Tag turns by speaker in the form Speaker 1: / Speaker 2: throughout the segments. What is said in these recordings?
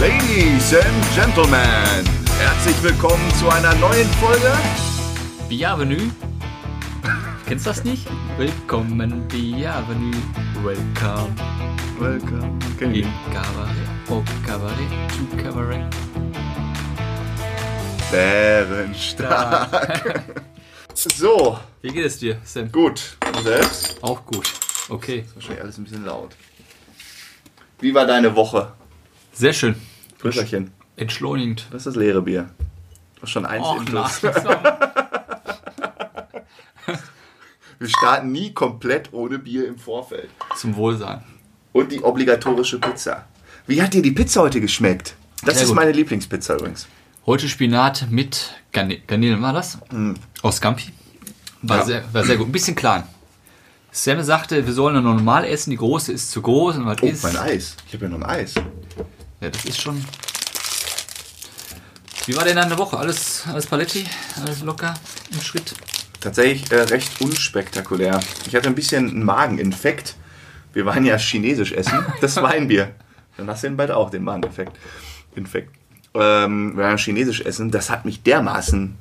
Speaker 1: Ladies and Gentlemen, herzlich willkommen zu einer neuen Folge.
Speaker 2: Bienvenue. Kennst du das nicht? Willkommen, Bienvenue. Welcome.
Speaker 1: Welcome. Kenn ich
Speaker 2: Im
Speaker 1: nicht.
Speaker 2: Cabaret, au Cabaret, zu Cabaret.
Speaker 1: Bärenstark. so,
Speaker 2: Wie geht es dir, Sam?
Speaker 1: gut. Und selbst?
Speaker 2: Auch gut. Okay.
Speaker 1: Wahrscheinlich alles ein bisschen laut. Wie war deine Woche?
Speaker 2: Sehr schön.
Speaker 1: Brüsserchen.
Speaker 2: Entschleunigend.
Speaker 1: Das ist das leere Bier. Du hast schon eins
Speaker 2: Och,
Speaker 1: im Plus.
Speaker 2: langsam.
Speaker 1: Wir starten nie komplett ohne Bier im Vorfeld.
Speaker 2: Zum Wohlsein.
Speaker 1: Und die obligatorische Pizza. Wie hat dir die Pizza heute geschmeckt? Das
Speaker 2: Sehr
Speaker 1: ist
Speaker 2: gut.
Speaker 1: meine Lieblingspizza übrigens.
Speaker 2: Heute Spinat mit Garne- Garnelen war das? Aus Gampi. War,
Speaker 1: Mm. Ja.
Speaker 2: sehr, war sehr gut. Ein bisschen klein. Sam sagte, wir sollen nur normal essen, die große ist zu groß und was
Speaker 1: Oh,
Speaker 2: ist.
Speaker 1: mein Eis. Ich habe ja noch ein Eis.
Speaker 2: Ja, das ist schon. Wie war denn deine Woche? Alles, alles Paletti? Alles locker? Im Schritt?
Speaker 1: Tatsächlich äh, recht unspektakulär. Ich hatte ein bisschen einen Mageninfekt. Wir waren ja chinesisch essen. Das Weinbier. Dann hast du den bald auch, den Mageninfekt. Infekt. Ähm, wir waren chinesisch essen. Das hat mich dermaßen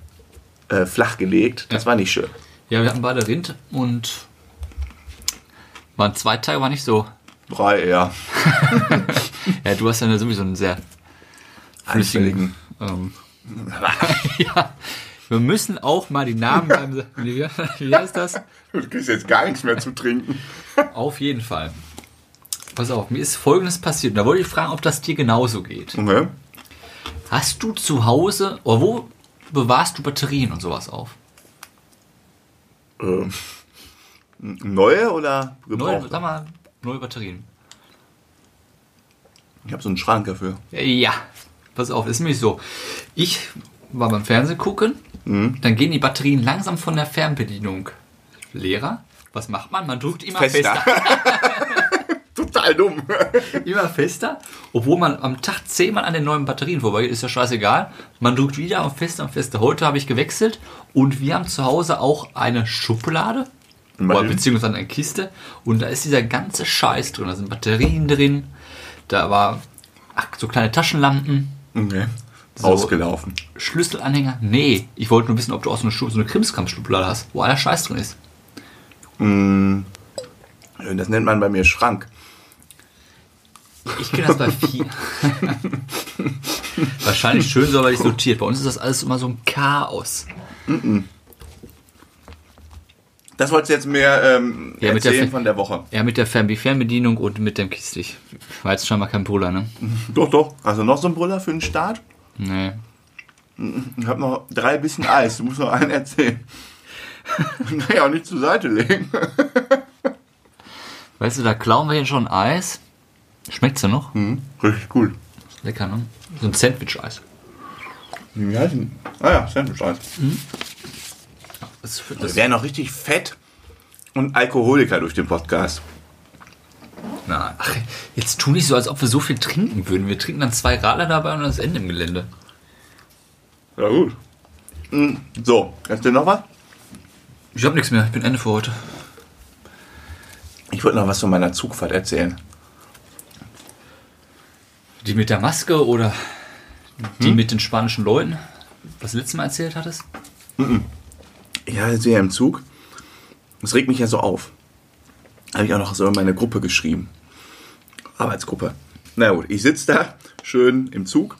Speaker 1: äh, flach gelegt. Das
Speaker 2: Ja.
Speaker 1: war nicht schön.
Speaker 2: Ja, wir hatten beide Rind und. Waren zwei Tage, war nicht so.
Speaker 1: Brei eher.
Speaker 2: Ja, du hast ja sowieso einen sehr flüssigen.
Speaker 1: Einfälligen.
Speaker 2: Ähm, ja, wir müssen auch mal die Namen beim. Wie, wie heißt das?
Speaker 1: Du kriegst jetzt gar nichts mehr zu trinken.
Speaker 2: Auf jeden Fall. Pass auf, mir ist folgendes passiert. Und Da wollte ich fragen, ob das dir genauso geht.
Speaker 1: Okay.
Speaker 2: Hast du zu Hause, oder wo bewahrst du Batterien und sowas auf?
Speaker 1: Ähm, neue oder
Speaker 2: Neue,
Speaker 1: gebrauchte?
Speaker 2: sag mal, neue Batterien.
Speaker 1: Ich habe so einen Schrank dafür.
Speaker 2: Ja, pass auf, ist nämlich so. Ich war beim Fernsehen gucken, dann gehen die Batterien langsam von der Fernbedienung leerer. Was macht man? Man drückt immer Ah, fester.
Speaker 1: Total dumm.
Speaker 2: Immer fester. Obwohl man am Tag zehnmal an den neuen Batterien vorbeigeht, ist ja scheißegal. Man drückt wieder und fester und fester. Heute habe ich gewechselt und wir haben zu Hause auch eine Schublade.
Speaker 1: Immerhin.
Speaker 2: Oder beziehungsweise eine Kiste. Und da ist dieser ganze Scheiß drin. Da sind Batterien drin. Da war ach, so kleine Taschenlampen.
Speaker 1: Okay.
Speaker 2: So.
Speaker 1: Ausgelaufen.
Speaker 2: Schlüsselanhänger? Nee, ich wollte nur wissen, ob du auch so eine, Schu- so eine Krimskramschublade hast, wo aller Scheiß drin ist.
Speaker 1: Das nennt man bei mir Schrank.
Speaker 2: Ich kenne das bei vielen. Wahrscheinlich schön so, weil ich sortiert. Bei uns ist das alles immer so ein Chaos.
Speaker 1: Das wolltest du jetzt mehr ähm,
Speaker 2: Ja, mit der
Speaker 1: erzählen
Speaker 2: Fe-
Speaker 1: von der Woche.
Speaker 2: Ja, mit der Fern die Fernbedienung und mit dem Kiste. Ich war jetzt scheinbar kein Bruder, ne?
Speaker 1: Doch, doch. Also noch so ein Brüller für den Start.
Speaker 2: Nee.
Speaker 1: Ich habe noch drei bisschen Eis. Du musst noch einen erzählen. Ich kann ja auch nicht zur Seite legen.
Speaker 2: Weißt du, da klauen wir hier schon Eis. Schmeckt's ja noch?
Speaker 1: Mhm. Richtig gut.
Speaker 2: Lecker, ne? So ein Sandwich-Eis.
Speaker 1: Wie heißt denn? Ah ja, Sandwich-Eis.
Speaker 2: Das,
Speaker 1: Wir
Speaker 2: das,
Speaker 1: werden noch richtig fett und Alkoholiker durch den Podcast.
Speaker 2: na, ach, jetzt tu nicht so, als ob wir so viel trinken würden. Wir trinken dann zwei Radler dabei und dann ist Ende im Gelände.
Speaker 1: Ja gut. Mm, So, hast du noch was?
Speaker 2: Ich hab nichts mehr. Ich bin Ende für heute.
Speaker 1: Ich wollte noch was von meiner Zugfahrt erzählen.
Speaker 2: Die mit der Maske oder die mit den spanischen Leuten, was du letztes Mal erzählt hattest?
Speaker 1: Ja, jetzt wieder im Zug. Das regt mich ja so auf. Habe ich auch noch so in meine Gruppe geschrieben. Arbeitsgruppe. Na gut, ich sitze da schön im Zug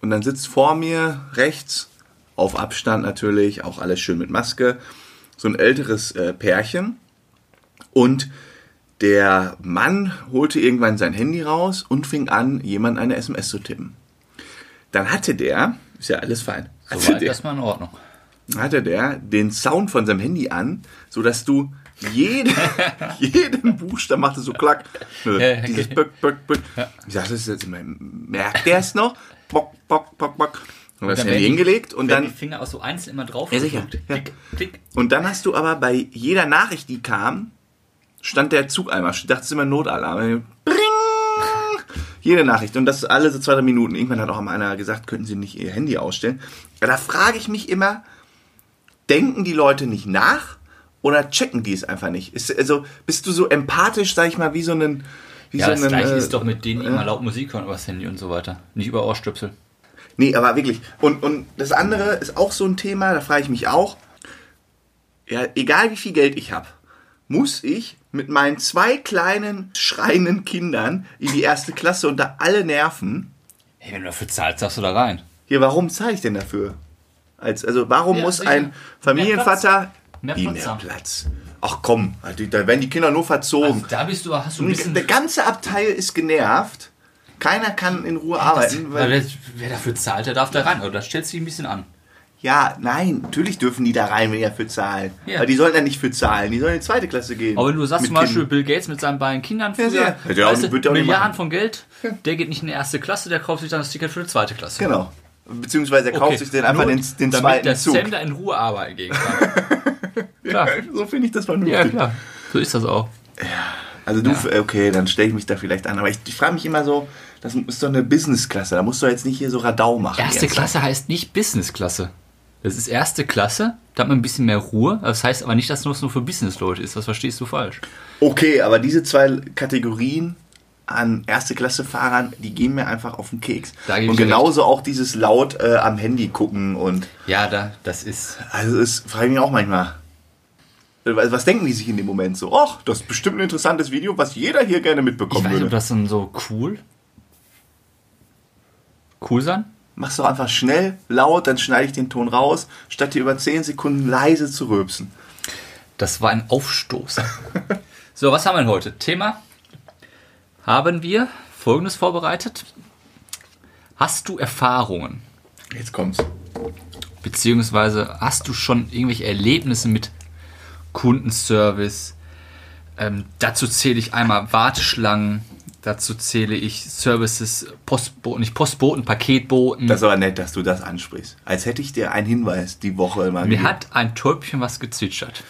Speaker 1: und dann sitzt vor mir rechts, auf Abstand natürlich, auch alles schön mit Maske, so ein älteres äh, Pärchen und der Mann holte irgendwann sein Handy raus und fing an, jemand eine SMS zu tippen. Dann hatte der, ist ja alles fein, hatte
Speaker 2: Soweit
Speaker 1: der-
Speaker 2: erstmal in Ordnung.
Speaker 1: hatte der den Sound von seinem Handy an, sodass du jeden, jeden Buchstaben machte so klack. Nö,
Speaker 2: Ja, ja,
Speaker 1: Dieses
Speaker 2: okay.
Speaker 1: Böck, Böck, Böck. Ich dachte, das ist jetzt immer, merkt der es noch? Bock, Bock, Bock, Bock. Und das
Speaker 2: dann
Speaker 1: Handy
Speaker 2: werden die-
Speaker 1: hingelegt und
Speaker 2: Wenn die
Speaker 1: dann,
Speaker 2: Finger auch so einzeln immer drauf
Speaker 1: Ja, sicher.
Speaker 2: gedrückt.
Speaker 1: Ja.
Speaker 2: Klick, klick.
Speaker 1: und dann hast du aber bei jeder Nachricht, die kam, stand der Zug einmal. Ich dachte, es ist immer ein Notalarm. Bring! Jede Nachricht. Und das alle so zwei, drei Minuten. Irgendwann hat auch mal einer gesagt, könnten Sie nicht Ihr Handy ausstellen. Ja, da frage ich mich immer, denken die Leute nicht nach oder checken die es einfach nicht? Ist, also bist du so empathisch, sag ich mal, wie so ein wie
Speaker 2: Ja,
Speaker 1: so
Speaker 2: das
Speaker 1: ein,
Speaker 2: gleiche
Speaker 1: äh,
Speaker 2: ist doch mit denen, die immer laut Musik hören übers Handy und so weiter. Nicht über Ohrstöpsel.
Speaker 1: Nee, aber wirklich. Und, und das andere ist auch so ein Thema, da frage ich mich auch. Ja, egal wie viel Geld ich habe, muss ich mit meinen zwei kleinen schreienden Kindern in die erste Klasse und da alle nerven.
Speaker 2: Hey, wenn du dafür zahlst, darfst du da rein.
Speaker 1: Hier, warum zahle ich denn dafür? Als, also warum
Speaker 2: Ja,
Speaker 1: muss
Speaker 2: sicher.
Speaker 1: ein Familienvater
Speaker 2: Mehr Platz. Mehr
Speaker 1: Wie,
Speaker 2: Platz haben.
Speaker 1: Platz? Ach komm, also die- da werden die Kinder nur verzogen.
Speaker 2: Also, Da bist du, hast du ein
Speaker 1: Und
Speaker 2: bisschen.
Speaker 1: der ganze Abteil ist genervt. Keiner kann in Ruhe arbeiten. weil-
Speaker 2: weil wer, wer dafür zahlt, der darf da rein. Oder da stellst du dich ein bisschen an.
Speaker 1: Ja, nein, natürlich dürfen die da rein, wenn die dafür zahlen.
Speaker 2: Ja.
Speaker 1: Aber die sollen da nicht für zahlen, die sollen in die zweite Klasse gehen.
Speaker 2: Aber wenn du sagst
Speaker 1: Mit
Speaker 2: zum Beispiel
Speaker 1: Kindern.
Speaker 2: Bill Gates mit seinen beiden Kindern früher,
Speaker 1: sehr. Hätte er auch-
Speaker 2: weißt
Speaker 1: würde
Speaker 2: du,
Speaker 1: er auch nicht
Speaker 2: Milliarden
Speaker 1: machen.
Speaker 2: von Geld, der geht nicht in die erste Klasse, der kauft sich dann das Ticket für die zweite Klasse.
Speaker 1: Genau. Beziehungsweise er kauft sich den einfach
Speaker 2: Nur
Speaker 1: den, den
Speaker 2: damit
Speaker 1: zweiten
Speaker 2: der
Speaker 1: Zug.
Speaker 2: Sam da in Ruhe arbeiten gehen kann. klar.
Speaker 1: So finde ich das vernünftig.
Speaker 2: Ja, klar. So ist das auch.
Speaker 1: Also du, okay, dann stelle ich mich da vielleicht an. Aber ich, ich frage mich immer so, das ist doch eine Business-Klasse, da musst du jetzt nicht hier so Radau machen.
Speaker 2: Erste
Speaker 1: jetzt. ne?
Speaker 2: Klasse heißt nicht Business-Klasse. Das ist erste Klasse, da hat man ein bisschen mehr Ruhe. Das heißt aber nicht, dass es nur für Business-Leute ist. Das verstehst du falsch.
Speaker 1: Okay, aber diese zwei Kategorien an Erste-Klasse-Fahrern, die gehen mir einfach auf den Keks.
Speaker 2: Da gebe
Speaker 1: und
Speaker 2: ich dir
Speaker 1: genauso auch dieses laut äh, am Handy gucken und...
Speaker 2: Ja, da, das ist.
Speaker 1: Also das frage ich mich auch manchmal. Also Was denken die sich in dem Moment so? Och, das ist bestimmt ein interessantes Video, was jeder hier gerne
Speaker 2: Ich
Speaker 1: mitbekommen
Speaker 2: weiß nicht,
Speaker 1: würde.
Speaker 2: ob das dann so cool. Cool sein?
Speaker 1: Mach's doch einfach schnell, laut, dann schneide ich den Ton raus, statt dir über 10 Sekunden leise zu rülpsen.
Speaker 2: Das war ein Aufstoß. so, was haben wir denn heute? Thema haben wir folgendes vorbereitet. Hast du Erfahrungen?
Speaker 1: Jetzt kommt's.
Speaker 2: Beziehungsweise hast du schon irgendwelche Erlebnisse mit Kundenservice? Ähm, dazu zähle ich einmal Warteschlangen, dazu zähle ich Services, Postboten, nicht Postboten, Paketboten.
Speaker 1: Das ist aber nett, dass du das ansprichst. Als hätte ich dir einen Hinweis die Woche mal
Speaker 2: Mir
Speaker 1: gegeben.
Speaker 2: hat ein Täubchen was gezwitschert.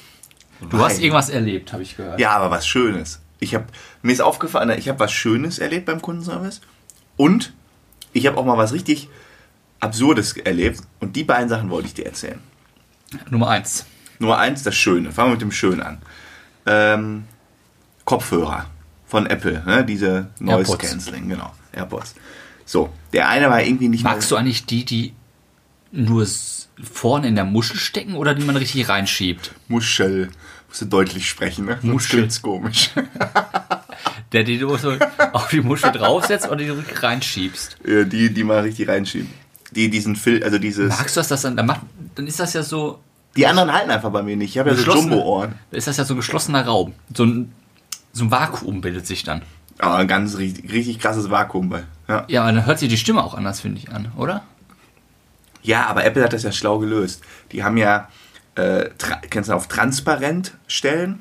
Speaker 2: Du
Speaker 1: Nein.
Speaker 2: hast irgendwas erlebt, habe ich gehört.
Speaker 1: Ja, aber was Schönes. Ich hab, mir ist aufgefallen, ich habe was Schönes erlebt beim Kundenservice und ich habe auch mal was richtig Absurdes erlebt und die beiden Sachen wollte ich dir erzählen.
Speaker 2: Nummer eins.
Speaker 1: Nummer eins, das Schöne. Fangen wir mit dem Schönen an. Ähm, Kopfhörer von Apple, ne? diese Noise
Speaker 2: AirPods.
Speaker 1: Cancelling, genau. AirPods. So, der eine war irgendwie nicht
Speaker 2: Magst du eigentlich die, die nur s- vorne in der Muschel stecken oder die man richtig reinschiebt?
Speaker 1: Muschel. Musst du deutlich sprechen, ne?
Speaker 2: Muschel.
Speaker 1: Sonst klingt's komisch.
Speaker 2: Der, die du so auf die Muschel draufsetzt oder die du reinschiebst?
Speaker 1: Äh, die, die mal richtig reinschieben. Die diesen Fil, also dieses.
Speaker 2: Magst du das, dass dann, dann, macht, dann ist das ja so
Speaker 1: Die anderen halten einfach bei mir nicht. Ich habe ja so
Speaker 2: geschlossen-
Speaker 1: Jumbo-Ohren.
Speaker 2: Dann ist das ja so ein geschlossener Raum. So ein, so ein Vakuum bildet sich dann.
Speaker 1: Aber Ah, ein ganz richtig, richtig krasses Vakuum bei. Ja.
Speaker 2: Ja, aber dann hört sich die Stimme auch anders, finde ich, an, oder?
Speaker 1: ja, aber Apple hat das ja schlau gelöst. Die haben ja, äh, tra- kennst du auf transparent stellen,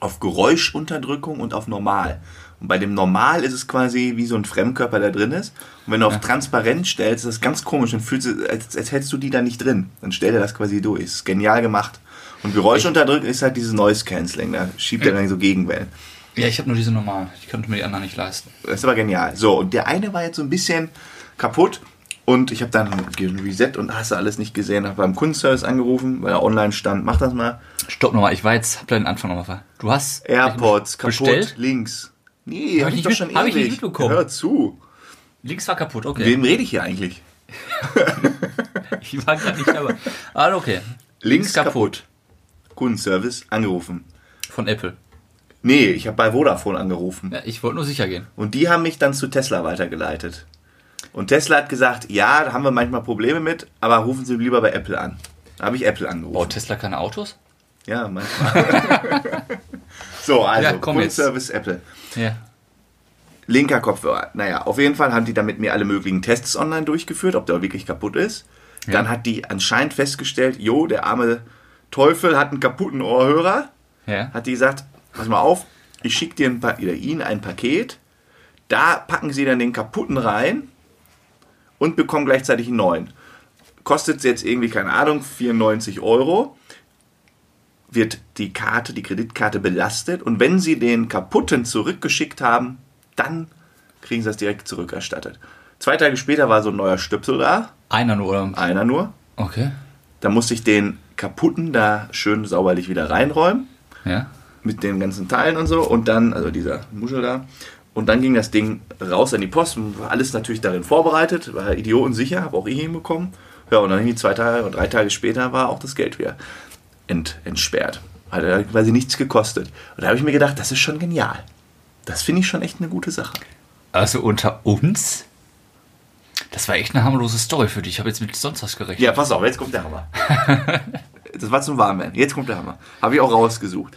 Speaker 1: auf Geräuschunterdrückung und auf normal. Und bei dem normal ist es quasi wie so ein Fremdkörper, der drin ist. Und wenn du auf transparent stellst, ist das ganz komisch. Dann fühlst du, als, als hättest du die da nicht drin. Dann stellt er das quasi durch. Ist genial gemacht. Und Geräuschunterdrückung ist halt dieses Noise Cancelling. Da schiebt er dann so Gegenwellen.
Speaker 2: Ja, ich habe nur diese normalen. Ich könnte mir die anderen nicht leisten.
Speaker 1: Das war genial. So, und der eine war jetzt so ein bisschen kaputt und ich habe dann ein Reset und hast du alles nicht gesehen, habe beim Kundenservice angerufen, weil er online stand, mach das mal.
Speaker 2: Stopp nochmal, ich war jetzt, hab den Anfang nochmal ver. Du hast.
Speaker 1: AirPods kaputt,
Speaker 2: Bestellt?
Speaker 1: links. Nee,
Speaker 2: Hab
Speaker 1: habe
Speaker 2: ich
Speaker 1: ich,
Speaker 2: nicht
Speaker 1: doch
Speaker 2: mit-
Speaker 1: schon
Speaker 2: hab ich
Speaker 1: ewig.
Speaker 2: nicht mitbekommen.
Speaker 1: Hör zu.
Speaker 2: Links war kaputt, okay.
Speaker 1: Wem rede ich hier eigentlich?
Speaker 2: Ich war gerade nicht dabei. Ah, okay.
Speaker 1: Links
Speaker 2: kaputt.
Speaker 1: Kundenservice angerufen.
Speaker 2: Von Apple.
Speaker 1: Nee, ich habe bei Vodafone angerufen.
Speaker 2: Ja, ich wollte nur sicher gehen.
Speaker 1: Und die haben mich dann zu Tesla weitergeleitet. Und Tesla hat gesagt, ja, da haben wir manchmal Probleme mit, aber rufen Sie lieber bei Apple an. Da habe ich Apple angerufen.
Speaker 2: Baut Oh, Tesla keine Autos?
Speaker 1: Ja, manchmal. so, also,
Speaker 2: Ja,
Speaker 1: ja,
Speaker 2: komm
Speaker 1: Kundenservice Apple.
Speaker 2: Ja.
Speaker 1: Linker Kopfhörer. Naja, auf jeden Fall haben die dann mit mir alle möglichen Tests online durchgeführt, ob der wirklich kaputt ist. Dann hat die anscheinend festgestellt, jo, der arme Teufel hat einen kaputten Ohrhörer.
Speaker 2: Ja.
Speaker 1: Hat die gesagt, pass mal auf, ich schicke dir ein pa oder Ihnen ein Paket, da packen Sie dann den kaputten rein und bekommen gleichzeitig einen neuen. Kostet jetzt irgendwie, keine Ahnung, 94 Euro. Wird die Karte, die Kreditkarte belastet und wenn Sie den kaputten zurückgeschickt haben, dann kriegen Sie das direkt zurückerstattet. Zwei Tage später war so ein neuer Stöpsel da,
Speaker 2: Einer nur, oder?
Speaker 1: einer nur.
Speaker 2: Okay.
Speaker 1: Da musste ich den kaputten da schön sauberlich wieder reinräumen
Speaker 2: Ja.
Speaker 1: mit den ganzen Teilen und so. Und dann, also dieser Muschel da. Und dann ging das Ding raus an die Post und war alles natürlich darin vorbereitet, war idiotensicher, habe auch ich hinbekommen. Ja, und dann irgendwie zwei Tage oder drei Tage später war auch das Geld wieder ent, entsperrt. Hat ja quasi nichts gekostet. Und da habe ich mir gedacht, das ist schon genial. Das finde ich schon echt eine gute Sache.
Speaker 2: Also unter uns? Das war echt eine harmlose Story für dich. Ich habe jetzt mit sonst was gerechnet.
Speaker 1: Ja, pass auf, jetzt kommt der Hammer. das war zum Warmen. Jetzt kommt der Hammer. Habe ich auch rausgesucht.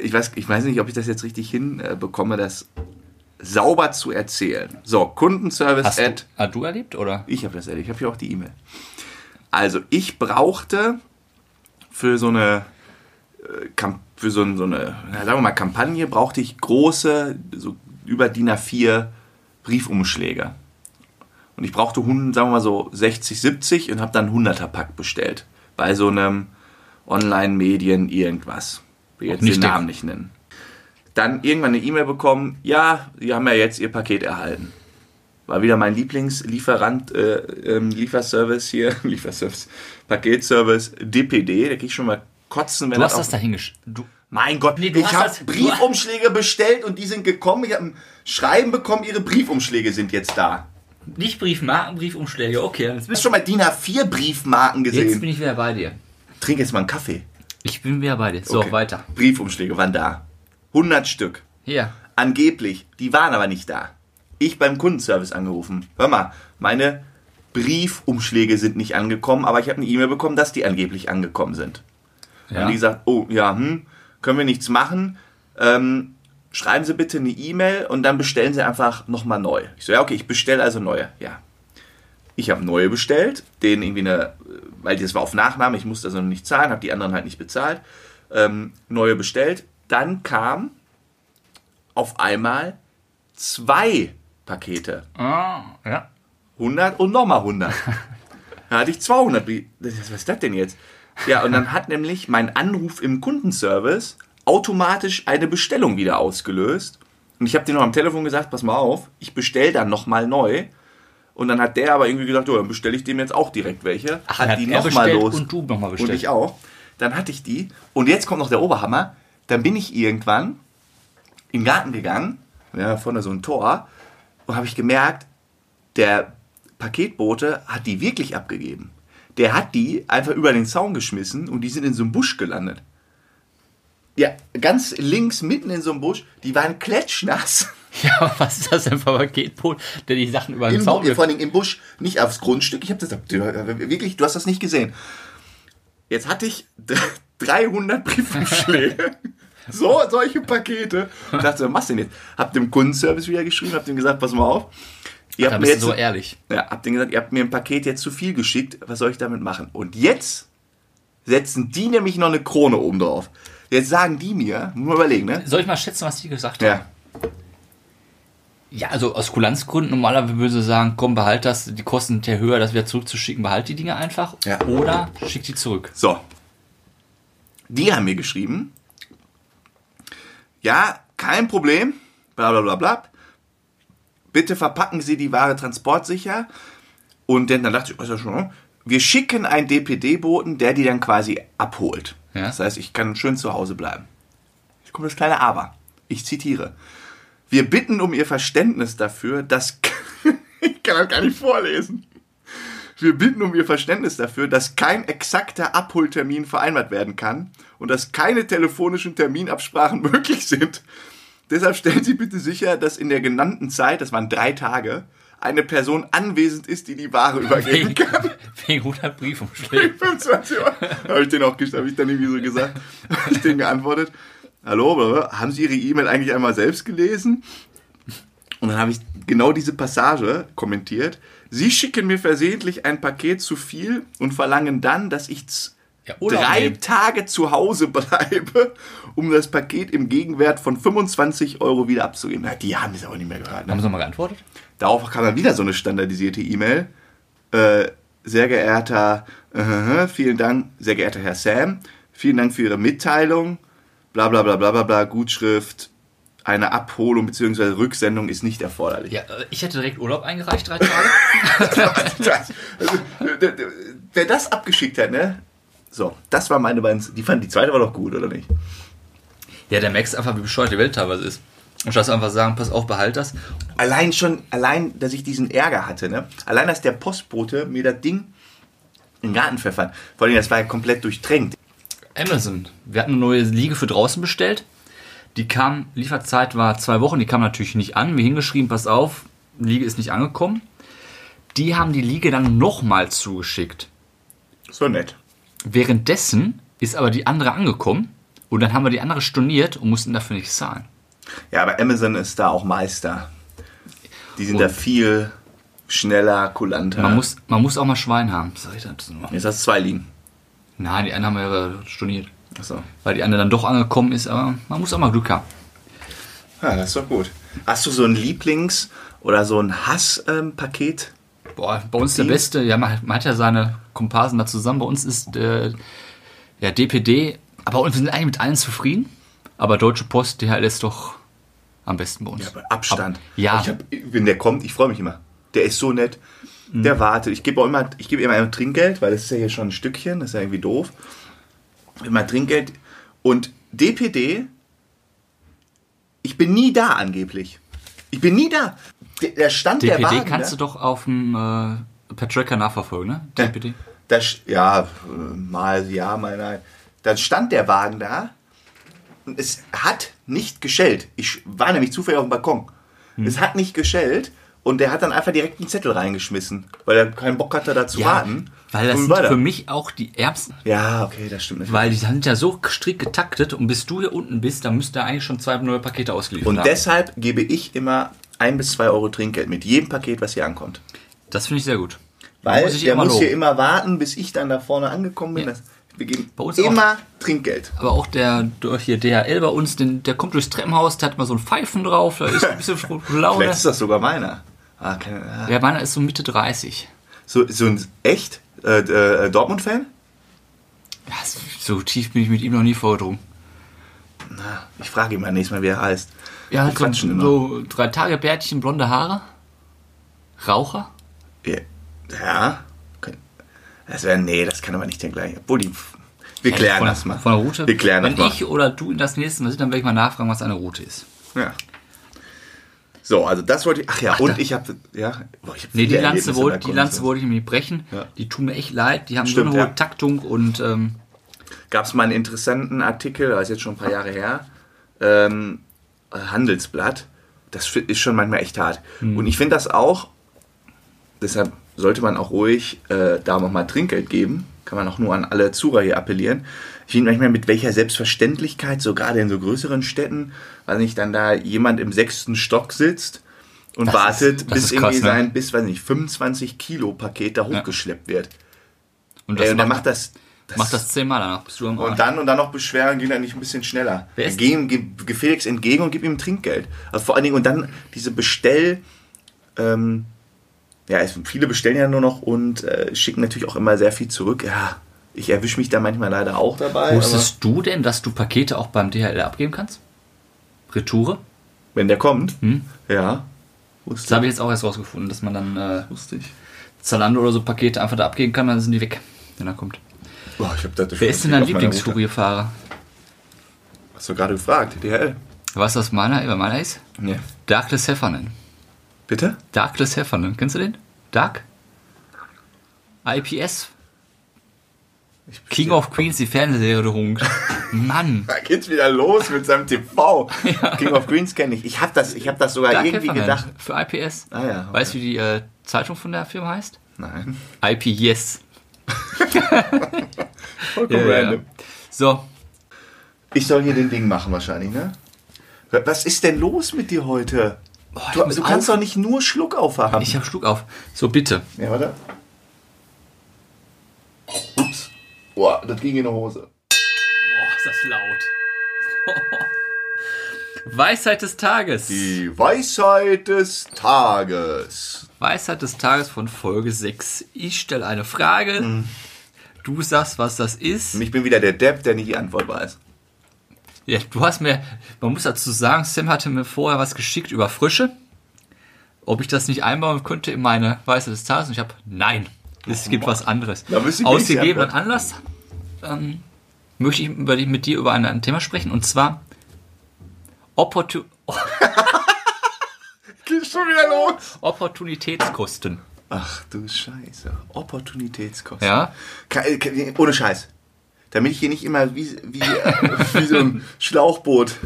Speaker 1: Ich weiß, ich weiß nicht, ob ich das jetzt richtig hinbekomme, das sauber zu erzählen. So, Kundenservice
Speaker 2: Hast
Speaker 1: at.
Speaker 2: du, ah, du erlebt oder?
Speaker 1: Ich habe das ehrlich, ich habe hier auch die E-Mail. Also, ich brauchte für so eine äh, Kamp- für so, ein- so eine, na, sagen wir mal, Kampagne brauchte ich große, so über DIN A4 Briefumschläge. Und ich brauchte, hun- sagen wir mal so 60, 70 und habe dann einen 100er Pack bestellt. Bei so einem Online-Medien irgendwas. Ich will jetzt
Speaker 2: nicht
Speaker 1: den
Speaker 2: der-
Speaker 1: Namen nicht nennen. Dann irgendwann eine E-Mail bekommen, ja, Sie haben ja jetzt Ihr Paket erhalten. War wieder mein Lieblingslieferant, äh, ähm, Lieferservice hier, Lieferservice, Paketservice, DPD, da krieg ich schon mal kotzen, wenn
Speaker 2: Du hast
Speaker 1: auf-
Speaker 2: das da hingesch... Du,
Speaker 1: Mein Gott,
Speaker 2: Nee, du
Speaker 1: ich
Speaker 2: hast
Speaker 1: habe
Speaker 2: das- du-
Speaker 1: Briefumschläge bestellt und die sind gekommen, ich habe ein Schreiben bekommen, ihre Briefumschläge sind jetzt da.
Speaker 2: nicht Briefmarken, Briefumschläge. Okay, jetzt,
Speaker 1: Hast du schon mal DIN A4 Briefmarken gesehen?
Speaker 2: bin ich wieder bei dir.
Speaker 1: Trink jetzt mal einen Kaffee.
Speaker 2: Ich bin wieder bei dir. So,
Speaker 1: Okay.
Speaker 2: weiter.
Speaker 1: Briefumschläge waren da. 100 Stück.
Speaker 2: Ja.
Speaker 1: Angeblich, die waren aber nicht da. Ich beim Kundenservice angerufen. Hör mal, meine Briefumschläge sind nicht angekommen, aber ich habe eine E-Mail bekommen, dass die angeblich angekommen sind. Dann
Speaker 2: ja.
Speaker 1: haben die gesagt, oh ja, hm, können wir nichts machen. Ähm, schreiben Sie bitte eine E-Mail und dann bestellen Sie einfach nochmal neu. Ich so, ja, okay, ich bestelle also neue. Ja. Ich habe neue bestellt, denen irgendwie eine, weil das war auf Nachname, ich musste also noch nicht zahlen, habe die anderen halt nicht bezahlt. Ähm, neue bestellt. Dann kam auf einmal zwei Pakete.
Speaker 2: Ah, ja.
Speaker 1: 100 und nochmal 100. Da hatte ich 200. Brie- Das- Was ist das denn jetzt? Ja, und dann hat nämlich mein Anruf im Kundenservice automatisch eine Bestellung wieder ausgelöst. Und ich habe dir noch am Telefon gesagt, pass mal auf, ich bestell dann nochmal neu. Und dann hat der aber irgendwie gesagt, oh, dann bestelle ich dem jetzt auch direkt welche.
Speaker 2: Ach,
Speaker 1: hat
Speaker 2: hat
Speaker 1: die
Speaker 2: er
Speaker 1: nochmal
Speaker 2: bestellt
Speaker 1: los.
Speaker 2: und du noch mal bestellt.
Speaker 1: Und ich auch. Dann hatte ich die. Und jetzt kommt noch der Oberhammer. Dann bin ich irgendwann in den Garten gegangen, ja, vorne so ein Tor, und habe ich gemerkt, der Paketbote hat die wirklich abgegeben. Der hat die einfach über den Zaun geschmissen und die sind in so einem Busch gelandet. Ja, ganz links, mitten in so einem Busch, die waren klatschnass.
Speaker 2: Ja, aber was ist das denn für ein Paketboot, der die Sachen über den
Speaker 1: Im,
Speaker 2: Zaun
Speaker 1: Bu-
Speaker 2: wirft?
Speaker 1: vor allem im Busch, nicht aufs Grundstück. Ich habe das du- äh, wirklich, du hast das nicht gesehen. Jetzt hatte ich d- 300 Briefumschläge. so, solche Pakete. Und dachte, was machst du denn jetzt? Hab dem Kundenservice wieder geschrieben, hab dem gesagt, pass mal auf. Ihr
Speaker 2: Da
Speaker 1: habt mir
Speaker 2: bist du
Speaker 1: jetzt,
Speaker 2: so ehrlich.
Speaker 1: ja, hab denen gesagt, ihr habt mir ein Paket jetzt zu viel geschickt, was soll ich damit machen? Und jetzt setzen die nämlich noch eine Krone oben drauf. Jetzt sagen die mir, muss man überlegen, ne?
Speaker 2: Soll ich mal schätzen, was die gesagt haben?
Speaker 1: Ja,
Speaker 2: Ja, also aus Kulanzgründen normalerweise würde ich sagen, komm, behalt das, die Kosten sind ja höher, das wieder zurückzuschicken, behalt die Dinge einfach.
Speaker 1: Ja.
Speaker 2: Oder schick die zurück.
Speaker 1: So. Die haben mir geschrieben. Ja, kein Problem. Bla bla bla bla. Bitte verpacken Sie die Ware transportsicher. Und dann, dann dachte ich, oh, ist ja schon. Wir schicken einen DPD-Boten, der die dann quasi abholt.
Speaker 2: Ja.
Speaker 1: Das heißt, ich kann schön zu Hause bleiben. Jetzt kommt das kleine Aber. Ich zitiere. Wir bitten um Ihr Verständnis dafür, dass. ich kann das gar nicht vorlesen. Wir bitten um Ihr Verständnis dafür, dass kein exakter Abholtermin vereinbart werden kann und dass keine telefonischen Terminabsprachen möglich sind. Deshalb stellen Sie bitte sicher, dass in der genannten Zeit, das waren drei Tage, eine Person anwesend ist, die die Ware übergeben
Speaker 2: Wegen,
Speaker 1: kann.
Speaker 2: wegen 100 Briefumschlägen.
Speaker 1: 25 Euro. Habe ich den auch gesch- hab ich dann irgendwie so gesagt. Habe ich den geantwortet. Hallo, bla, bla, haben Sie Ihre E-Mail eigentlich einmal selbst gelesen? Und dann habe ich genau diese Passage kommentiert. Sie schicken mir versehentlich ein Paket zu viel und verlangen dann, dass ich z-
Speaker 2: Ja, Urlaub
Speaker 1: drei
Speaker 2: nehmen.
Speaker 1: Tage zu Hause bleibe, um das Paket im Gegenwert von 25 Euro wieder abzugeben. Na, die haben das auch nicht mehr gehört. Ne?
Speaker 2: Haben sie mal geantwortet?
Speaker 1: Darauf kam dann wieder so eine standardisierte E-Mail. Äh, sehr geehrter, äh, vielen Dank, sehr geehrter Herr Sam, vielen Dank für Ihre Mitteilung. Bla bla bla bla bla bla, Gutschrift. Eine Abholung bzw. Rücksendung ist nicht erforderlich.
Speaker 2: Ja, äh, ich hätte direkt Urlaub eingereicht, drei Tage.
Speaker 1: Das, also, d- d- wer das abgeschickt hat, ne? So, das war meine beiden. Die fand die zweite war doch gut, oder nicht?
Speaker 2: Ja, der merkst einfach, wie bescheuert die Welt teilweise ist. Und statt einfach sagen, pass auf, behalt das.
Speaker 1: Allein schon, allein, dass ich diesen Ärger hatte, ne? Allein, dass der Postbote mir das Ding in den Garten pfeffert. Vor allem, das war ja komplett durchtränkt.
Speaker 2: Amazon, wir hatten eine neue Liege für draußen bestellt. Die kam, Lieferzeit war zwei Wochen, die kam natürlich nicht an. Wir hingeschrieben, pass auf, Liege ist nicht angekommen. Die haben die Liege dann nochmal zugeschickt.
Speaker 1: So nett.
Speaker 2: Währenddessen ist aber die andere angekommen und dann haben wir die andere storniert und mussten dafür nichts zahlen.
Speaker 1: Ja, aber Amazon ist da auch Meister. Die sind
Speaker 2: Und-
Speaker 1: da viel schneller, kulanter.
Speaker 2: Man, muss, man muss auch mal Schwein haben. Sag ich dazu nur.
Speaker 1: Jetzt hast du zwei liegen.
Speaker 2: Nein, die eine haben wir ja storniert.
Speaker 1: Achso.
Speaker 2: Weil die andere dann doch angekommen ist, aber man muss auch mal Glück haben.
Speaker 1: Ja, das ist doch gut. Hast du so ein Lieblings- oder so ein ähm, Hass-Paket?
Speaker 2: Boah, bei uns der
Speaker 1: Dienst?
Speaker 2: Beste, ja, man, man hat ja seine Komparsen da zusammen. Bei uns ist äh, ja DPD, aber und wir sind eigentlich mit allen zufrieden. Aber Deutsche Post, DHL ist doch am besten bei uns.
Speaker 1: Aber Abstand.
Speaker 2: Ab- ja.
Speaker 1: Ich hab, wenn der kommt, ich freue mich immer. Der ist so nett.
Speaker 2: Mhm.
Speaker 1: Der wartet. Ich gebe auch immer, ich gebe immer einem Trinkgeld, weil das ist ja hier schon ein Stückchen, das ist ja irgendwie doof. Immer Trinkgeld. Und DPD, ich bin nie da angeblich. Ich bin nie da. Der- Der Stand der
Speaker 2: DPD
Speaker 1: Wagen.
Speaker 2: kannst
Speaker 1: ne?
Speaker 2: du doch auf dem äh, per Tracker nachverfolgen, ne? DPD.
Speaker 1: Das, ja, äh, mal ja, mal nein. Dann stand der Wagen da und es hat nicht geschellt. Ich war nämlich zufällig auf dem Balkon.
Speaker 2: Hm.
Speaker 1: Es hat nicht geschellt und der hat dann einfach direkt einen Zettel reingeschmissen, weil er keinen Bock hatte, da zu warten.
Speaker 2: weil das
Speaker 1: und
Speaker 2: sind
Speaker 1: weiter.
Speaker 2: für mich auch die Ärmsten.
Speaker 1: Ja, okay, das stimmt. Natürlich.
Speaker 2: Weil die sind ja so strikt getaktet und bis du hier unten bist, dann müsst ihr eigentlich schon zwei neue Pakete ausgeliefert
Speaker 1: Und
Speaker 2: haben.
Speaker 1: deshalb gebe ich immer ein bis zwei Euro Trinkgeld mit jedem Paket, was hier ankommt.
Speaker 2: das finde ich sehr gut.
Speaker 1: Weil
Speaker 2: Muss ich
Speaker 1: der
Speaker 2: immer
Speaker 1: muss
Speaker 2: loben.
Speaker 1: hier immer warten, bis ich dann da vorne angekommen bin.
Speaker 2: Ja.
Speaker 1: Das, wir geben
Speaker 2: Bei uns
Speaker 1: immer Trinkgeld.
Speaker 2: Aber auch der durch hier DHL bei uns, den, der kommt durchs Treppenhaus, der hat mal so einen Pfeifen drauf, da ist ein bisschen gute Laune.
Speaker 1: Vielleicht ist das sogar meiner. Ah, keine, ah.
Speaker 2: Ja, meiner ist so Mitte 30.
Speaker 1: So, so ein echt äh, äh, Dortmund-Fan?
Speaker 2: Ja, so tief bin ich mit ihm noch nie vorgedrungen.
Speaker 1: Ich frage ihn mal nächstes Mal, wie er heißt. Wir
Speaker 2: Ja, hat
Speaker 1: quatschen
Speaker 2: so,
Speaker 1: immer.
Speaker 2: so drei Tage Bärtchen, blonde Haare. Raucher?
Speaker 1: Ja. ja. Okay. Das wäre, nee, das kann aber nicht der gleiche. Obwohl, die, wir klären
Speaker 2: von,
Speaker 1: das mal.
Speaker 2: Von der Route.
Speaker 1: Wir klären
Speaker 2: Wenn
Speaker 1: das mal.
Speaker 2: ich oder du in das nächste Mal sind, dann werde ich mal nachfragen, was eine Route ist.
Speaker 1: Ja. So, also das wollte ich. Ach ja, und
Speaker 2: da-
Speaker 1: ich habe. Ja, boah, ich hab
Speaker 2: Nee, die
Speaker 1: viele
Speaker 2: Lanze,
Speaker 1: Erlebnisse
Speaker 2: wollte,
Speaker 1: bei
Speaker 2: die Lanze
Speaker 1: Konferenzen.
Speaker 2: wollte ich mir brechen. Die tun mir echt leid. Die haben
Speaker 1: Stimmt,
Speaker 2: so eine hohe
Speaker 1: ja.
Speaker 2: Taktung und ähm,
Speaker 1: gab es mal einen interessanten Artikel, das ist jetzt schon ein paar Jahre her, ähm, Handelsblatt. Das fi- ist schon manchmal echt hart.
Speaker 2: Mhm.
Speaker 1: Und ich finde das auch, deshalb sollte man auch ruhig äh, da nochmal Trinkgeld geben. Kann man auch nur an alle Zuhörer hier appellieren. Ich finde manchmal, mit welcher Selbstverständlichkeit, so gerade in so größeren Städten, weil nicht dann da jemand im sechsten Stock sitzt und
Speaker 2: Das
Speaker 1: wartet,
Speaker 2: ist- das
Speaker 1: bis
Speaker 2: ist
Speaker 1: irgendwie
Speaker 2: krass, ne?
Speaker 1: sein, bis, weiß nicht, 25 Kilo Paket da hochgeschleppt wird.
Speaker 2: und das
Speaker 1: Ey, und
Speaker 2: macht,
Speaker 1: dann macht das, das
Speaker 2: macht das zehnmal danach. Bist du am Arsch.
Speaker 1: und dann und dann noch beschweren, gehen dann nicht ein bisschen schneller.
Speaker 2: Wer ist-
Speaker 1: Geh, ihm- geh, geh Felix entgegen und gib ihm Trinkgeld. Also vor allen Dingen und dann diese Bestell. Ähm, ja, es, viele bestellen ja nur noch und äh, schicken natürlich auch immer sehr viel zurück. Ja, ich erwische mich da manchmal leider auch dabei. Äh, Aber
Speaker 2: Wusstest du denn, dass du Pakete auch beim DHL abgeben kannst? Retoure?
Speaker 1: wenn der kommt,
Speaker 2: Hm?
Speaker 1: ja,
Speaker 2: Das
Speaker 1: wusste
Speaker 2: habe ich jetzt auch erst rausgefunden, dass man dann äh,
Speaker 1: ich. Wusste ich.
Speaker 2: Zalando oder so Pakete einfach da abgeben kann, dann sind die weg, wenn er kommt.
Speaker 1: Boah, ich hab das
Speaker 2: Wer ist denn dein Lieblingskurierfahrer?
Speaker 1: Hast du gerade gefragt, DHL?
Speaker 2: Weißt du, was meiner, wer meiner ist?
Speaker 1: Nee.
Speaker 2: Douglas Heffernan.
Speaker 1: Bitte?
Speaker 2: Douglas Heffernan. Kennst du den? Doug? IPS.
Speaker 1: Ich-
Speaker 2: King of Queens, die Fernsehserie, du Hund. Mann.
Speaker 1: Da geht's wieder los mit seinem TV. King of Greens kenne ich. Ich hab das, ich hab das sogar
Speaker 2: Doug
Speaker 1: irgendwie
Speaker 2: Heffernan
Speaker 1: gedacht.
Speaker 2: Für IPS.
Speaker 1: Ah ja, okay.
Speaker 2: Weißt du, wie die äh, Zeitung von der Firma heißt?
Speaker 1: Nein.
Speaker 2: IPS.
Speaker 1: Vollkommen random.
Speaker 2: So,
Speaker 1: Ich soll hier den Ding machen wahrscheinlich, ne? Was ist denn los mit dir heute?
Speaker 2: Boah, ich
Speaker 1: du
Speaker 2: muss
Speaker 1: du kannst
Speaker 2: auf-
Speaker 1: doch nicht nur Schluck aufhaben.
Speaker 2: ich habe Schluck auf. So, bitte.
Speaker 1: ja, warte. Ups. Boah, das ging in die Hose.
Speaker 2: Boah, ist das laut. Weisheit des Tages.
Speaker 1: Die Weisheit des Tages.
Speaker 2: Weisheit des Tages von Folge 6. Ich stelle eine Frage. Du sagst, was das ist.
Speaker 1: Und ich bin wieder der Depp, der nicht die Antwort weiß.
Speaker 2: Ja, du hast mir, man muss dazu sagen, Sam hatte mir vorher was geschickt über Frische. Ob ich das nicht einbauen könnte in meine Weisheit des Tages. Und ich habe, nein, es gibt was anderes.
Speaker 1: Da wüsste ich nicht, die
Speaker 2: Ausgegebenen
Speaker 1: Antwort.
Speaker 2: Anlass ähm, möchte ich über, die- mit dir über ein, ein Thema sprechen. Und zwar Opportu
Speaker 1: Geht schon wieder los.
Speaker 2: Opportunitätskosten.
Speaker 1: Ach du Scheiße. Opportunitätskosten.
Speaker 2: Ja?
Speaker 1: Ke- ke- äh, Ohne Scheiß. Damit ich hier nicht immer wie, wie, äh, wie so ein Schlauchboot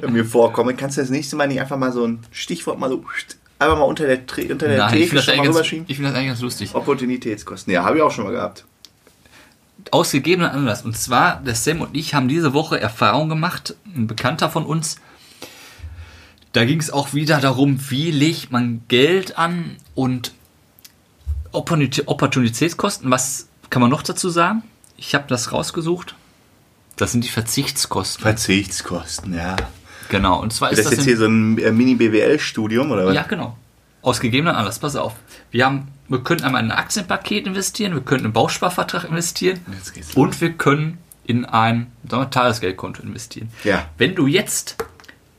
Speaker 1: äh, mir vorkomme, kannst du das nächste Mal nicht einfach mal so ein Stichwort mal so einfach mal unter der, Tre- unter der
Speaker 2: Nein, ich
Speaker 1: Theke
Speaker 2: finde
Speaker 1: Äh, schon
Speaker 2: das,
Speaker 1: mal
Speaker 2: eigentlich ganz-
Speaker 1: rüberschieben?
Speaker 2: ich find das eigentlich ganz lustig.
Speaker 1: Opportunitätskosten. Ja, habe ich auch schon mal gehabt.
Speaker 2: aus gegebenem Anlass. Und zwar, der Sam und ich haben diese Woche Erfahrung gemacht, ein Bekannter von uns. Da ging es auch wieder darum, wie legt man Geld an und Opportunitä- Opportunitätskosten. Was kann man noch dazu sagen? Ich habe das rausgesucht. Das sind die Verzichtskosten.
Speaker 1: Verzichtskosten, ja.
Speaker 2: Genau. Und zwar ist
Speaker 1: Ist das, jetzt
Speaker 2: das, im-
Speaker 1: hier so ein äh, Mini-BWL-Studium oder was?
Speaker 2: ja, genau. Aus gegebenem Anlass, pass auf. Wir, haben, wir können einmal in ein Aktienpaket investieren, wir können in einen Bausparvertrag investieren
Speaker 1: Jetzt geht's los.
Speaker 2: und wir können in ein sagen wir, Tagesgeldkonto investieren.
Speaker 1: Ja.
Speaker 2: Wenn du jetzt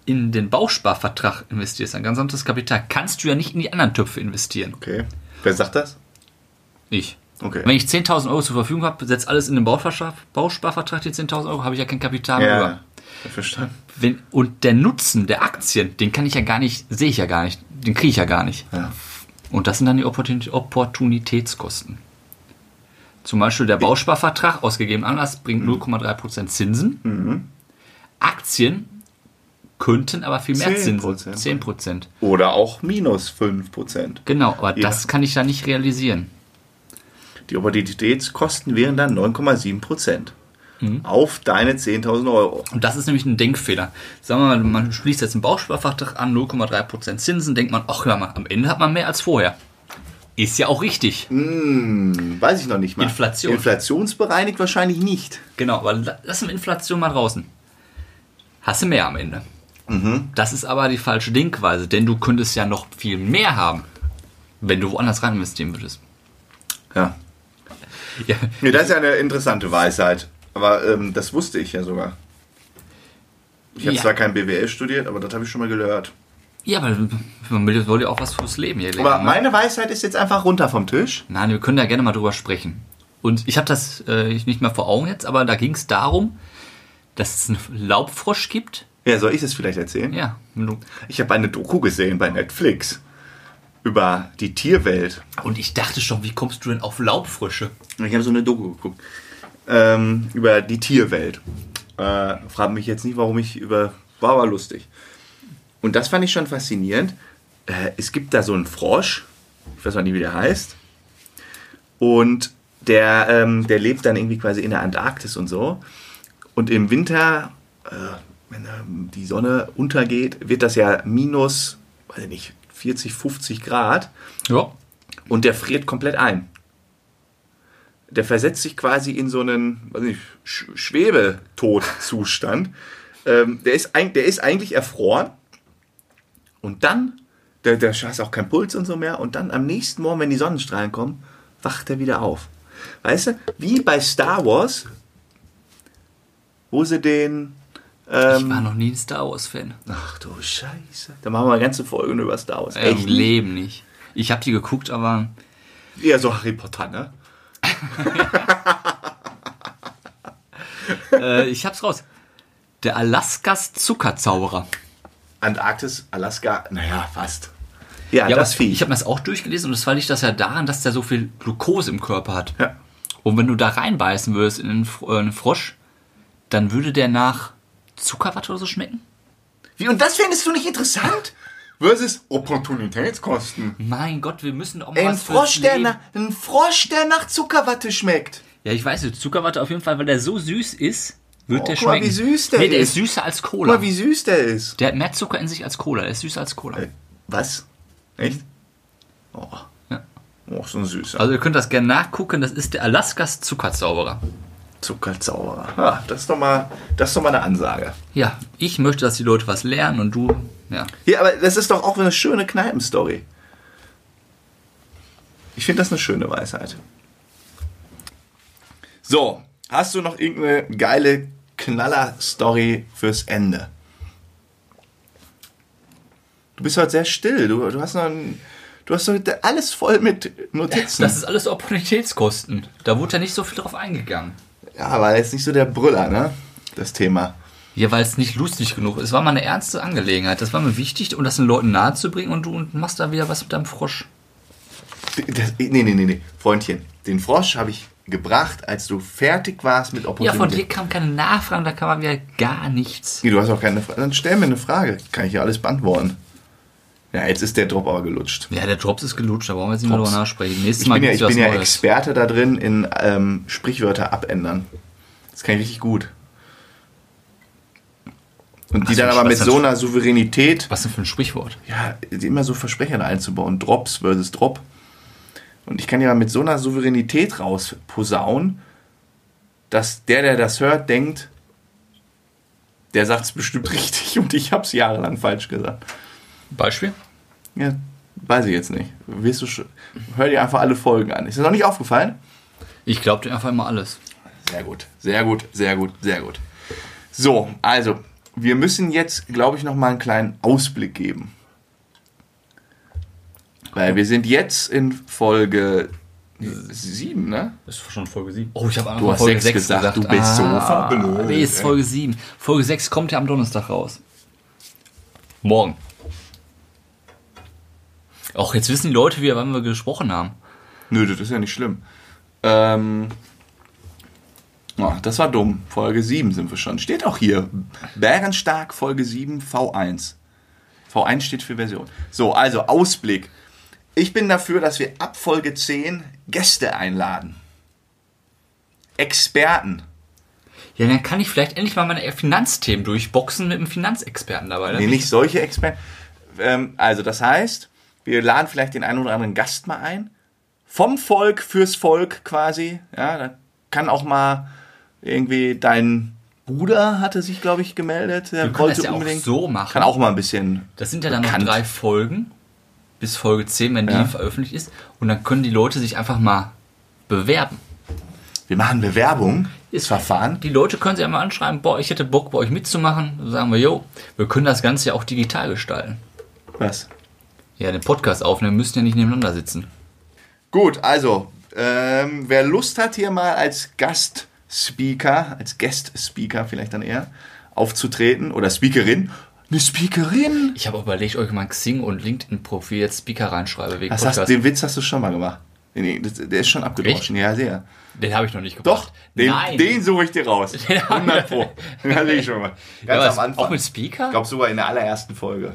Speaker 2: in den Bausparvertrag investierst, dein gesamtes Kapital, kannst du ja nicht in die anderen Töpfe investieren.
Speaker 1: Okay. Wer sagt das?
Speaker 2: Ich.
Speaker 1: Okay.
Speaker 2: Wenn ich 10.000 Euro zur Verfügung habe, setze alles in den Bausparvertrag, Bausparvertrag die 10.000 Euro, habe ich ja kein Kapital mehr.
Speaker 1: Verstanden.
Speaker 2: Wenn, und der Nutzen der Aktien, den kann ich ja gar nicht, sehe ich ja gar nicht, den kriege ich ja gar nicht.
Speaker 1: Ja.
Speaker 2: Und das sind dann die Opportun- Opportunitätskosten. Zum Beispiel der Bausparvertrag, ausgegeben Anlass,
Speaker 1: Mhm.
Speaker 2: bringt 0,3% Zinsen. Aktien könnten aber viel mehr
Speaker 1: 10%.
Speaker 2: Zinsen. 10%.
Speaker 1: Oder auch minus 5%.
Speaker 2: Genau, aber
Speaker 1: Ja.
Speaker 2: das kann ich da nicht realisieren.
Speaker 1: Die Opportunitätskosten wären dann 9,7%.
Speaker 2: Mhm.
Speaker 1: Auf deine 10.000 Euro.
Speaker 2: Und das ist nämlich ein Denkfehler. Sagen wir mal, man schließt jetzt einen Bausparvertrag an, 0,3% Zinsen, denkt man, ach, klar, am Ende hat man mehr als vorher. Ist ja auch richtig.
Speaker 1: Weiß ich noch nicht mal.
Speaker 2: Inflation.
Speaker 1: Inflationsbereinigt wahrscheinlich nicht.
Speaker 2: Genau, aber la- lass mal Inflation mal draußen. Hast du mehr am Ende.
Speaker 1: Mhm.
Speaker 2: Das ist aber die falsche Denkweise, denn du könntest ja noch viel mehr haben, wenn du woanders rein investieren würdest.
Speaker 1: Ja.
Speaker 2: Ja,
Speaker 1: ja. Das ist ja eine interessante Weisheit. Aber ähm, das wusste ich ja sogar. Ich habe
Speaker 2: Ja.
Speaker 1: zwar kein BWL studiert, aber das habe ich schon mal gehört.
Speaker 2: ja weil man will, soll ja auch was fürs Leben hier lernen.
Speaker 1: Aber
Speaker 2: ne?
Speaker 1: meine Weisheit ist jetzt einfach runter vom Tisch.
Speaker 2: Nein, wir können da gerne mal drüber sprechen. Und ich habe das äh, nicht mehr vor Augen jetzt, aber da ging es darum, dass es einen Laubfrosch gibt.
Speaker 1: Ja, soll ich das vielleicht erzählen?
Speaker 2: Ja, du-
Speaker 1: Ich habe eine Doku gesehen bei Netflix über die Tierwelt.
Speaker 2: und ich dachte schon, wie kommst du denn auf Laubfrösche?
Speaker 1: Ich habe so eine Doku geguckt ähm, über die Tierwelt. Äh, frag mich jetzt nicht, warum ich über... War aber lustig. Und das fand ich schon faszinierend. Äh, es gibt da so einen Frosch, ich weiß auch nicht, wie der heißt. Und der, ähm, der lebt dann irgendwie quasi in der Antarktis und so. Und im Winter, äh, wenn ähm, die Sonne untergeht, wird das ja minus, weiß ich nicht, 40, 50 Grad
Speaker 2: Ja.
Speaker 1: und der friert komplett ein. Der versetzt sich quasi in so einen weiß nicht, Sch Schwebetodzustand. ähm, der, ist eig- der ist eigentlich erfroren und dann, der, der hat auch keinen Puls und so mehr, und dann am nächsten Morgen, wenn die Sonnenstrahlen kommen, wacht er wieder auf. Weißt du, wie bei Star Wars, wo sie den.
Speaker 2: Ich
Speaker 1: Ähm,
Speaker 2: war noch nie ein Star Wars-Fan.
Speaker 1: ach du Scheiße. Da machen wir eine ganze Folge nur über Star Wars.
Speaker 2: Äh, Im
Speaker 1: Echt?
Speaker 2: Leben nicht. Ich habe die geguckt, aber
Speaker 1: Eher so Harry Potter, ne?
Speaker 2: äh, ich hab's raus. Der Alaskas Zuckerzauberer.
Speaker 1: Ah, Antarktis, Alaska, naja, fast. Ja,
Speaker 2: aber
Speaker 1: das Vieh.
Speaker 2: Ich habe mir das auch durchgelesen und das fand ich das ja daran, dass der so viel Glukose im Körper hat.
Speaker 1: Ja.
Speaker 2: Und wenn du da reinbeißen würdest in einen, Fr- äh, einen Frosch, dann würde der nach Zuckerwatte oder so schmecken?
Speaker 1: Wie, und das findest du nicht interessant? Versus Opportunitätskosten.
Speaker 2: Mein Gott, wir müssen auch mal
Speaker 1: Ein
Speaker 2: Um was fürs
Speaker 1: Frosch, der
Speaker 2: Leben-
Speaker 1: nach, ein Frosch, der nach Zuckerwatte schmeckt.
Speaker 2: Ja, ich weiß nicht, Zuckerwatte auf jeden Fall, weil der so süß ist, wird
Speaker 1: Oh,
Speaker 2: der
Speaker 1: guck mal,
Speaker 2: schmecken.
Speaker 1: wie süß der
Speaker 2: nee, der
Speaker 1: ist.
Speaker 2: ist süßer als
Speaker 1: Guck
Speaker 2: Cola.
Speaker 1: mal, wie Äh. süß der ist.
Speaker 2: der hat mehr Zucker in sich als Cola. Der ist süßer als Cola.
Speaker 1: Was? Echt? Oh.
Speaker 2: Ja.
Speaker 1: Oh, so ein süßer
Speaker 2: Also ihr könnt das gerne nachgucken. Das ist der Alaskas Zuckerzauberer.
Speaker 1: Zuckerzauberer. Ah, das, ist doch mal, das ist doch mal eine Ansage.
Speaker 2: Ja, ich möchte, dass die Leute was lernen und du, ja.
Speaker 1: Ja, aber das ist doch auch eine schöne Kneipenstory. Ich finde das eine schöne Weisheit. So, hast du noch irgendeine geile Knaller-Story fürs Ende? Du bist heute sehr still. Du, du hast noch ein, du hast heute alles voll mit Notizen.
Speaker 2: Das ist alles Opportunitätskosten. Da wurde ja nicht so viel drauf eingegangen.
Speaker 1: ja, war jetzt nicht so der Brüller, ne? Das Thema.
Speaker 2: Ja, weil es nicht lustig genug ist. War mal eine ernste Angelegenheit. Das war mir wichtig, um das den Leuten nahe zu bringen und du und machst da wieder was mit deinem Frosch.
Speaker 1: Das, nee, nee, nee, nee. Freundchen, den Frosch habe ich gebracht, als du fertig warst mit
Speaker 2: Ja,
Speaker 1: Opportunität.
Speaker 2: von dir kam keine Nachfrage, da kam wieder gar nichts.
Speaker 1: Nee, Du hast auch keine Frage. Dann stell mir eine Frage. Kann ich ja alles beantworten. Ja, jetzt ist der Drop aber gelutscht.
Speaker 2: Ja, der Drops ist gelutscht, da brauchen wir jetzt nicht mehr
Speaker 1: Drops.
Speaker 2: drüber nachsprechen. Nächstes
Speaker 1: Ich
Speaker 2: Mal
Speaker 1: bin ja,
Speaker 2: gibt's
Speaker 1: ich bin ja
Speaker 2: was Neues.
Speaker 1: Experte da drin in ähm, Sprichwörter abändern. Das kann ich richtig gut. Und die
Speaker 2: Hast du
Speaker 1: dann
Speaker 2: einen
Speaker 1: aber mit
Speaker 2: Schwestern-
Speaker 1: so einer Souveränität,
Speaker 2: Was denn für ein Sprichwort?
Speaker 1: ja, die immer so Versprecher da einzubauen. Drops versus Drop. Und ich kann ja mit so einer Souveränität rausposaunen, dass der, der das hört, denkt, der sagt es bestimmt richtig und ich habe es jahrelang falsch gesagt.
Speaker 2: Beispiel?
Speaker 1: Ja, weiß ich jetzt nicht. Wirst du sch- Hör dir einfach alle Folgen an. Ist dir noch nicht aufgefallen?
Speaker 2: Ich glaube dir einfach immer alles.
Speaker 1: Sehr gut, sehr gut, sehr gut, sehr gut. So, also, wir müssen jetzt, glaube ich, nochmal einen kleinen Ausblick geben. Weil wir sind jetzt in Folge 7, ne?
Speaker 3: Das ist schon Folge 7.
Speaker 2: Oh, ich habe
Speaker 1: Du hast
Speaker 2: Folge
Speaker 1: sechs
Speaker 2: 6
Speaker 1: gesagt,
Speaker 2: gesagt.
Speaker 1: du bist so verblödet.
Speaker 2: Nee, ist Folge 7. Folge 6 kommt ja am Donnerstag raus. Morgen. Auch jetzt wissen die Leute wieder, wann wir gesprochen haben.
Speaker 1: Nö, das ist ja nicht schlimm. Ähm. ah, das war dumm. Folge 7 sind wir schon. Steht auch hier. Bärenstark, Folge 7, V1. V1 steht für Version. So, also Ausblick. Ich bin dafür, dass wir ab Folge 10 Gäste einladen. Experten.
Speaker 2: Ja, dann kann ich vielleicht endlich mal meine Finanzthemen durchboxen mit einem Finanzexperten dabei.
Speaker 1: Nee, nicht solche Experten. Ähm, also, das heißt, wir laden vielleicht den einen oder anderen Gast mal ein. Vom Volk fürs Volk quasi. Ja, da kann auch mal irgendwie dein Bruder hatte sich, glaube ich, gemeldet. Der
Speaker 2: Wir können
Speaker 1: wollte
Speaker 2: das ja
Speaker 1: unbedingt.
Speaker 2: auch so machen.
Speaker 1: Kann auch mal ein bisschen.
Speaker 2: Das sind ja dann
Speaker 1: bekannt.
Speaker 2: noch drei Folgen bis Folge 10, wenn
Speaker 1: Ja.
Speaker 2: die veröffentlicht ist. Und dann können die Leute sich einfach mal bewerben.
Speaker 1: Wir machen Bewerbung. Ist
Speaker 2: Ist-
Speaker 1: Verfahren.
Speaker 2: Die Leute können sich einmal anschreiben, boah, ich hätte Bock, bei euch mitzumachen. Dann sagen wir, jo, wir können das Ganze ja auch digital gestalten.
Speaker 1: Was?
Speaker 2: Ja, den Podcast aufnehmen, müssen ja nicht nebeneinander sitzen.
Speaker 1: Gut, also, ähm, wer Lust hat, hier mal als Gastspeaker, als Guest-Speaker vielleicht dann eher, aufzutreten oder Speakerin. Eine Speakerin?
Speaker 2: Ich habe überlegt, ob ich mein Xing und LinkedIn-Profil jetzt Speaker reinschreibe wegen
Speaker 1: Das hast,
Speaker 2: Podcast.
Speaker 1: den Witz hast du schon mal gemacht. Nee, das, der ist schon abgedroschen. Ja, sehr.
Speaker 2: Den habe ich noch nicht gemacht.
Speaker 1: Doch, den,
Speaker 2: Nein.
Speaker 1: den suche ich dir raus. 100 Pro. Den hatte ich schon mal. Ganz
Speaker 2: ja,
Speaker 1: am Anfang.
Speaker 2: Auch mit
Speaker 1: ich
Speaker 2: Speaker?
Speaker 1: glaube sogar in der allerersten Folge.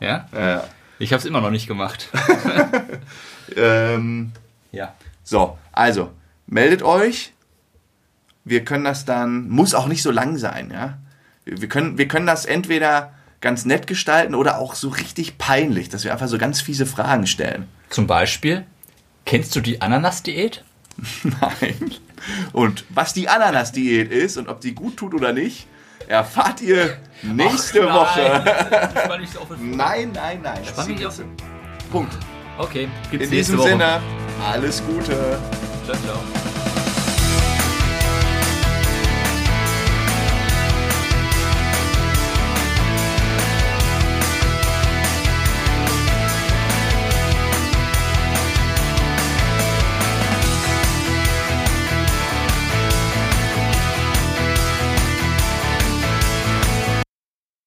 Speaker 2: ja?
Speaker 1: Äh,
Speaker 2: Ich habe es immer noch nicht gemacht.
Speaker 1: ähm,
Speaker 2: ja.
Speaker 1: so, also, meldet euch. Wir können das dann, muss auch nicht so lang sein, ja. Wir können, wir können das entweder ganz nett gestalten oder auch so richtig peinlich, dass wir einfach so ganz fiese Fragen stellen.
Speaker 2: Zum Beispiel, kennst du die Ananas-Diät?
Speaker 1: Nein. Und was die Ananas-Diät ist und ob die gut tut oder nicht, erfahrt ihr nächste
Speaker 2: Nein.
Speaker 1: Woche.
Speaker 2: Spann mich auf den-
Speaker 1: Nein, nein, nein. das
Speaker 2: Spann
Speaker 1: zieht
Speaker 2: mich auf
Speaker 1: jetzt
Speaker 2: den-
Speaker 1: Punkt.
Speaker 2: Okay,
Speaker 1: In
Speaker 2: gibt's nächste
Speaker 1: diesem
Speaker 2: Woche.
Speaker 1: Sinne, alles Gute.
Speaker 2: Ciao, ciao.